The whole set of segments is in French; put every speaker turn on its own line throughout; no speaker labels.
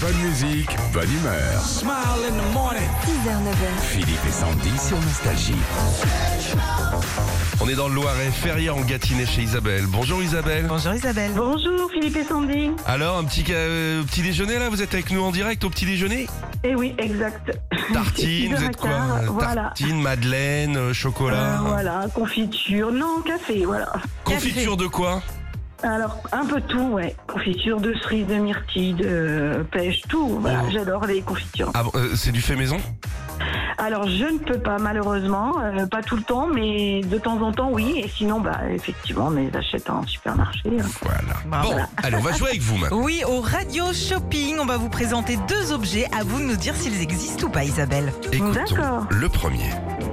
Bonne musique, bonne humeur.
6h, 9h.
Philippe et Sandy sur Nostalgie.
On est dans le Loiret, Ferrière en Gâtinais chez Isabelle. Bonjour Isabelle.
Bonjour Isabelle.
Bonjour Philippe et Sandy.
Alors, un petit, ca- euh, petit déjeuner là, vous êtes avec nous en direct au petit déjeuner
Eh oui, exact.
Tartine,
Six
vous
heures
êtes
et
quoi
quart,
Euh,
Voilà.
Tartine, madeleine, euh,
Euh,
chocolat.
voilà, confiture, non, café, voilà.
Confiture de quoi
Alors, un peu tout, ouais. Confiture de cerise, de myrtille, de pêche, tout. Voilà,
Oh.
j'adore les confitures.
ah, bon, euh, C'est du fait maison
Alors, je ne peux pas, malheureusement, euh, pas tout le temps, mais de temps en temps, oui. Et sinon, bah, effectivement, on les achète en supermarché. hein.
Voilà.
Bah,
bon,
voilà.
allez, on va jouer avec vous maintenant.
Oui, au Radio Shopping, on va vous présenter deux objets. À vous de nous dire s'ils existent ou pas, Isabelle.
Écoutons
D'accord.
le premier.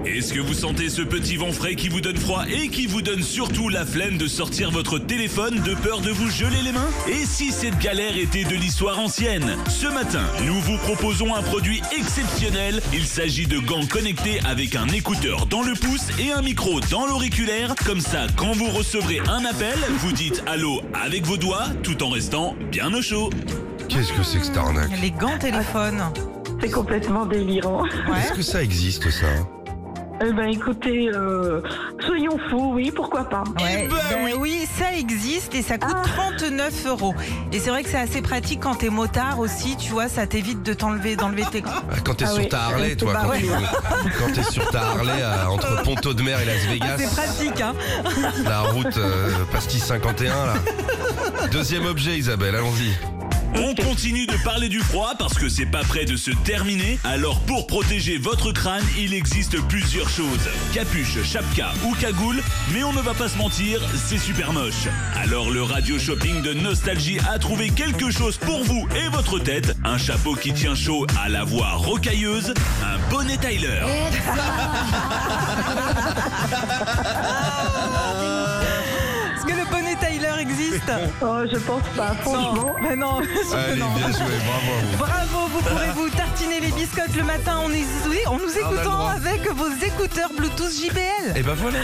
Est-ce que vous sentez ce petit vent frais qui vous donne froid et qui vous donne surtout la flemme de sortir votre téléphone de peur de vous geler les mains Et si cette galère était de l'histoire ancienne Ce matin, nous vous proposons un produit exceptionnel. Il s'agit de gants connectés avec un écouteur dans le pouce et un micro dans l'auriculaire. Comme ça, quand vous recevrez un appel, vous dites allô avec vos doigts tout en restant bien au chaud.
Qu'est-ce que c'est que cette arnaque
Les gants téléphones.
C'est complètement délirant.
Ouais.
Est-ce que ça existe ça
Eh ben, écoutez, euh, soyons fous, oui, pourquoi pas.
Ouais,
ben
ben
oui.
oui. ça existe et ça coûte
Ah.
39 euros. Et c'est vrai que c'est assez pratique quand t'es motard aussi, tu vois, ça t'évite de t'enlever, d'enlever tes gants.
Ah, Quand t'es
Ah
sur
oui,
ta Harley,
c'est
toi,
pas
quand,
vrai.
tu- quand t'es sur ta Harley à- entre Ponto de Mer et Las
Ah,
Vegas,
c'est pratique, hein.
la route euh, Pastille 51 là. Deuxième objet, Isabelle, allons-y.
On continue de parler du froid parce que c'est pas près de se terminer. Alors pour protéger votre crâne, il existe plusieurs choses. Capuche, chapka ou cagoule, mais on ne va pas se mentir, c'est super moche. Alors le radio shopping de Nostalgie a trouvé quelque chose pour vous et votre tête. Un chapeau qui tient chaud à la voix rocailleuse, un bonnet Tyler.
Est-ce que le bonnet Tyler existe
Oh, je pense pas, franchement.
Mais non, bien sûr que
Allez,
non.
bien joué, bravo. à vous.
Bravo, vous pourrez vous tartiner les biscottes le matin en, nous- oui, en nous
a le
écoutant
droit.
avec vos écouteurs Bluetooth JBL.
Et ben voilà.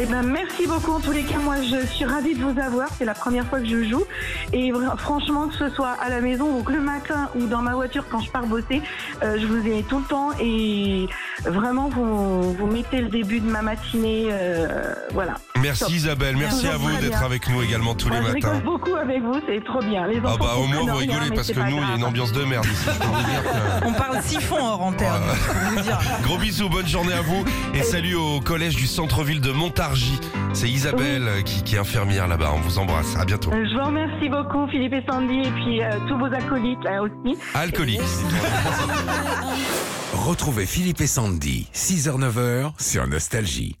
Eh ben merci beaucoup en tous les cas. Moi je suis ravie de vous avoir. C'est la première fois que je joue et vra- franchement que ce soit à la maison donc le matin ou dans ma voiture quand je pars bosser, euh, je vous ai tout le temps et vraiment vous vous mettez le début de ma matinée. euh, voilà.
Merci
Top.
Isabelle, merci
Toujours
à vous
très
d'être
bien.
avec nous également tous les
Moi, je
matins.
rigole beaucoup avec vous, c'est trop bien. Les
Ah
enfants
bah au moins
comprennent
vous
rien,
rigolez
mais
parce
c'est
que
pas
nous il y a
grave.
une ambiance de merde ici. je peux vous dire que-
On parle siphon hors antenne. pour vous dire.
Gros bisous, bonne journée à vous et salut au collège du centre-ville de Montargis. C'est Isabelle euh, qui, qui est infirmière là-bas, on vous embrasse, à bientôt.
Euh, Je vous remercie beaucoup Philippe et Sandy et puis euh, tous vos acolytes là aussi.
Alcoolique.
Retrouvez Philippe et Sandy, 6h-9h sur Nostalgie.